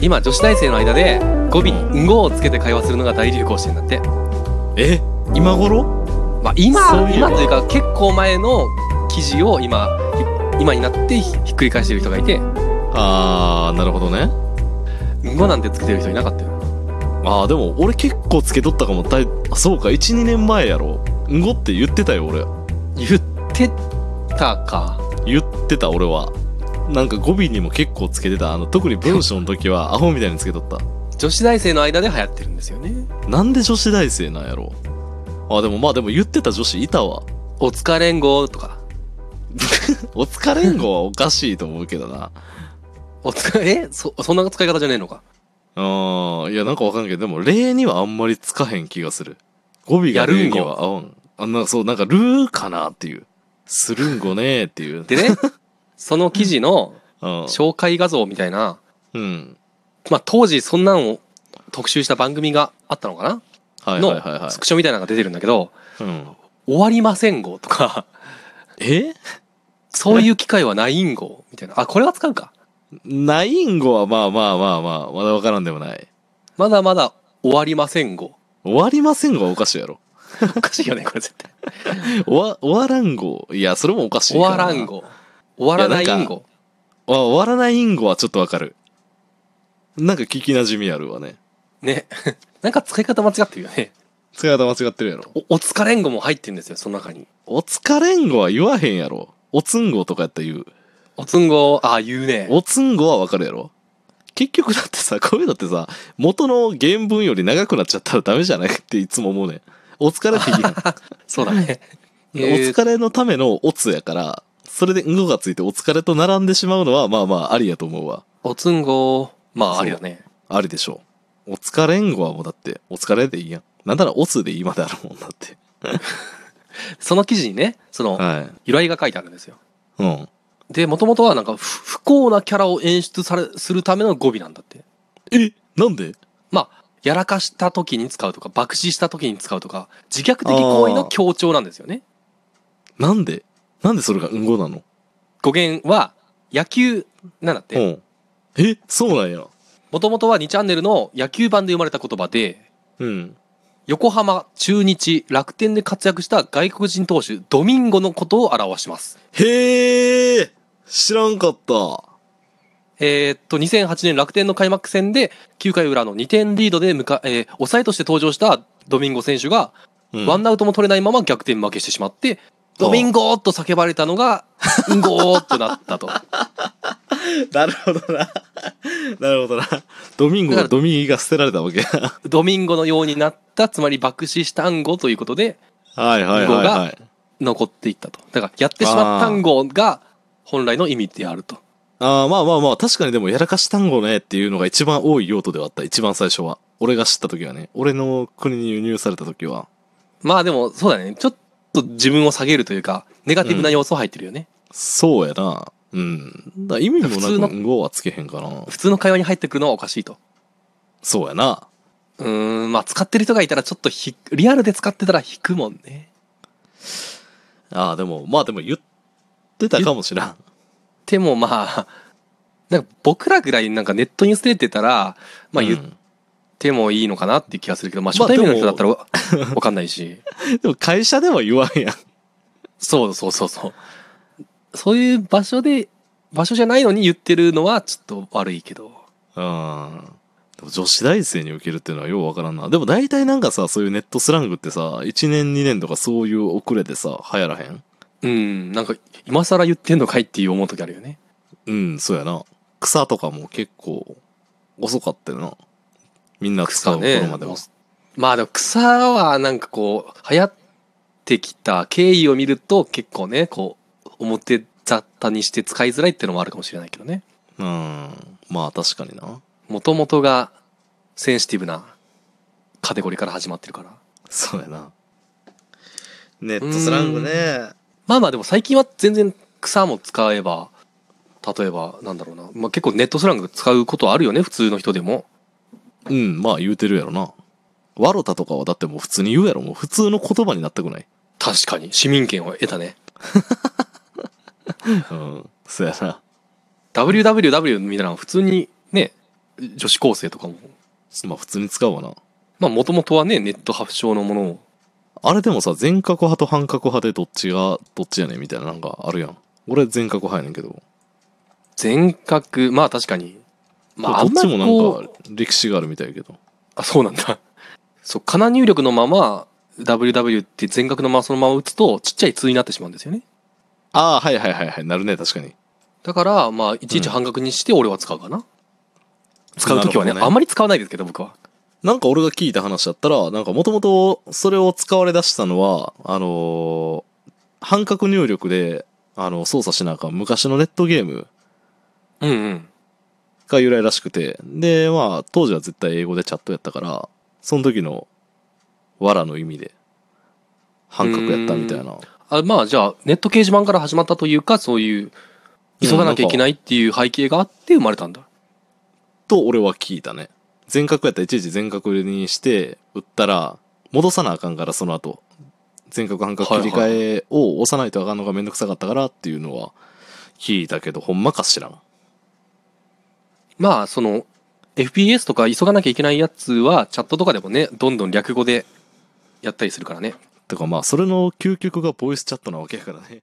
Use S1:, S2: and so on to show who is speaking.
S1: 今女子大生の間で語尾に「んご」をつけて会話するのが大流行してんだって
S2: え今頃
S1: まあ今
S2: そういえば
S1: 今というか結構前の記事を今ひ今になってひひっくり返してる人がいて
S2: あーなるほどね
S1: 「んご」なんてつけてる人いなかったよ
S2: あーでも俺結構つけとったかもだいあそうか12年前やろんごって言ってたよ俺
S1: 言ってたか
S2: 言ってた俺はなんか語尾にも結構つけてたあの特に文章の時 はアホみたいにつけとった
S1: 女子大生の間で流行ってるんですよね
S2: なんで女子大生なんやろあでもまあでも言ってた女子いたわ
S1: 「お疲れんご」とか
S2: お疲れんごはおかしいと思うけどな
S1: 「お疲 れ」えそそんな使い方じゃねえのか
S2: うんいやなんかわかんないけどでも例にはあんまりつかへん気がする語尾が例には合わんあなんかそうなんかルーかなっていうするんごねーっていう
S1: で ねその記事の
S2: うん
S1: 紹介画像みたいな
S2: うん
S1: まあ当時そんなんを特集した番組があったのかな
S2: はいはいはい
S1: の
S2: は
S1: スクショみたいなのが出てるんだけど
S2: い、うん、
S1: 「終わりません号」と か
S2: え
S1: 「そういう機会はないん号」みたいなあこれは使うか
S2: ないんごはまあまあまあまあまだわからんでもない
S1: まだまだ終わりません号
S2: 終わりませんごはおかしいやろ
S1: おかしいよねこれ絶対
S2: おわ終わらんごいやそれもおかしい
S1: 終
S2: か
S1: わ
S2: な
S1: らん号終わらないん号
S2: あ終わらないインゴはちょっとわかるなんか聞きなじみあるわね
S1: ね なんか使い方間違ってるよね
S2: 使い方間違ってるやろ
S1: おお疲れん号も入ってるんですよその中に
S2: お疲れんごは言わへんやろおつんごとかやったら言う
S1: おつんごああ言うね
S2: おつんごはわかるやろ結局だってさこういうのってさ元の原文より長くなっちゃったらダメじゃないっていつも思うねんお疲れっていいやん
S1: そうだね
S2: お
S1: えー
S2: 疲れのためのおつやからそれでんごがついてお疲れと並んでしまうのはまあまあありやと思うわ
S1: おつんごまあ
S2: そう
S1: ありだね
S2: ありでしょうお疲れんごはもうだってお疲れでいいやんなんならおつで今であるもんだって
S1: その記事にねその
S2: は
S1: 由来が書いてあるんですよ
S2: いうん
S1: でもともとはなんか不不幸なキャラを演出されするための語尾なんだって
S2: えなんで
S1: まあやらかした時に使うとか爆死した時に使うとか自虐的行為の強調なんですよね
S2: なんでなんでそれがうんごなの
S1: 語源は野球なんだっ
S2: う
S1: て
S2: んえそうなんや
S1: もともとは2チャンネルの野球版で生まれた言葉で
S2: うん
S1: 横浜中日楽天で活躍した外国人投手ドミンゴのことを表します
S2: へえ知らんかった
S1: えーっと2008年楽天の開幕戦で9回裏の2点リードで向か、えー抑えとして登場したドミンゴ選手が
S2: うん
S1: ワンアウトも取れないまま逆転負けしてしまって、ドミンゴーっと叫ばれたの が、んゴーっとなったと。だ
S2: なるほどな なるほどなドミンゴ
S1: だか
S2: が
S1: ら
S2: ドミンゴが捨てられたわけ は
S1: ドミンゴのようになった、つまり爆死したんごということで
S2: いはいはいはい
S1: 残っていったと。だから、やってしまったんごが本来の意味であると。
S2: あーまあまあまあ確かにでもやらかし単語ねっていうのが一番多い用途ではあった一番最初は俺が知った時はね俺の国に輸入された時は
S1: まあでも、そうだね。ちょっと自分を下げるというか、ネガティブな要素入ってるよね。
S2: そうやなうんだから意味も
S1: 普通
S2: な
S1: の
S2: くうんごはつけへんかな
S1: 普通の会話に入ってくるのはおかしいと。
S2: そうやな
S1: うーん、まあ使ってる人がいたらちょっとひ、リアルで使ってたら引くもんね。
S2: ああ、でも、まあでも言ってたかもしらん。
S1: でもまあ、なんか僕らぐらいなんかネットに捨ててたら、まあ言っ
S2: うん
S1: ってもいいのかなっていう気がするけど、まあ
S2: まあ
S1: 初対面の人だったらわわかんないし。
S2: でも会社では言わんやん。
S1: そうそうそうそう。そういう場所で、場所じゃないのに言ってるのはちょっと悪いけど。
S2: うん。でも女子大生に受けるっていうのはようわからんな。でも大体なんかさ、そういうネットスラングってさ、1年2年とかそういう遅れてさ、流行らへん
S1: うん、なんか今更言ってんのかいっていう思う時あるよね。
S2: うん、そうやな。草とかも結構遅かったよな。みんな使
S1: 草
S2: う
S1: ね
S2: 頃までは。。
S1: まあでも草はなんかこう、流行ってきた経緯を見ると結構ね、こう、表雑多にして使いづらいってのもあるかもしれないけどね。
S2: うん。まあ確かにな。
S1: もともとがセンシティブなカテゴリーから始まってるから。
S2: そうやな。ネッ
S1: トスラング
S2: ね。
S1: まあまあでも最近は全然草も使えば例えばなんだろうな、まあ、結構ネットスラング使うことあるよね普通の人でも
S2: うん、まあ言うてるやろな。ワロタとかはだってもう普通に言うやろ。もう普通の言葉になったくない。
S1: 確かに市民権を得たね
S2: うん。そやな。
S1: WWW みたいなの普通にね女子高生とかも、
S2: まあ普通に使うわな。
S1: まあもともとはね、ネット発祥のものを、
S2: あれでもさ、全角派と半角派でどっちがどっちやねんみたいななんかあるやん。俺全角派やねんけど。
S1: 全角、まあ確かに。まああ
S2: ど
S1: ん
S2: っ
S1: ま
S2: ち
S1: り
S2: も
S1: こ
S2: なん
S1: う
S2: か歴史があるみたいやけど。
S1: あ、そうなんだ。 そう、かな入力のまま、WW って全角のままそのまま打つと、ちっちゃい通になってしまうんですよね。
S2: ああ、はいはいはいはい。なるね、確かに。
S1: だから、まあ、いちいち半角にして俺は使うかな。使うときはね
S2: なるほど
S1: あんまり使わないですけど、僕は。
S2: なんか俺が聞いた話だったら、なんかもともとそれを使われ出したのは、あのー半角入力で、あの、操作しなあかん昔のネットゲーム
S1: うんうん。
S2: が由来らしくて、で、まあ、当時は絶対英語でチャットやったから、その時の、わらの意味で、半角やったみたいな。
S1: あまあ、じゃあ、ネット掲示板から始まったというか、そういう、急がなきゃいけないっていう背景があって生まれたんだ。
S2: と、俺は聞いたね。全角やったらいちいち全角にして、打ったら、戻さなあかんから、その後。全角半角切り替えを押さないとあかんのがめんどくさかったからっていうのは聞いたけど、ほんまかしらん。
S1: まあ、その、FPS とか急がなきゃいけないやつは、チャットとかでもね、どんどん略語でやったりするからね。
S2: てかまあ、それの究極がボイスチャットなわけやからね。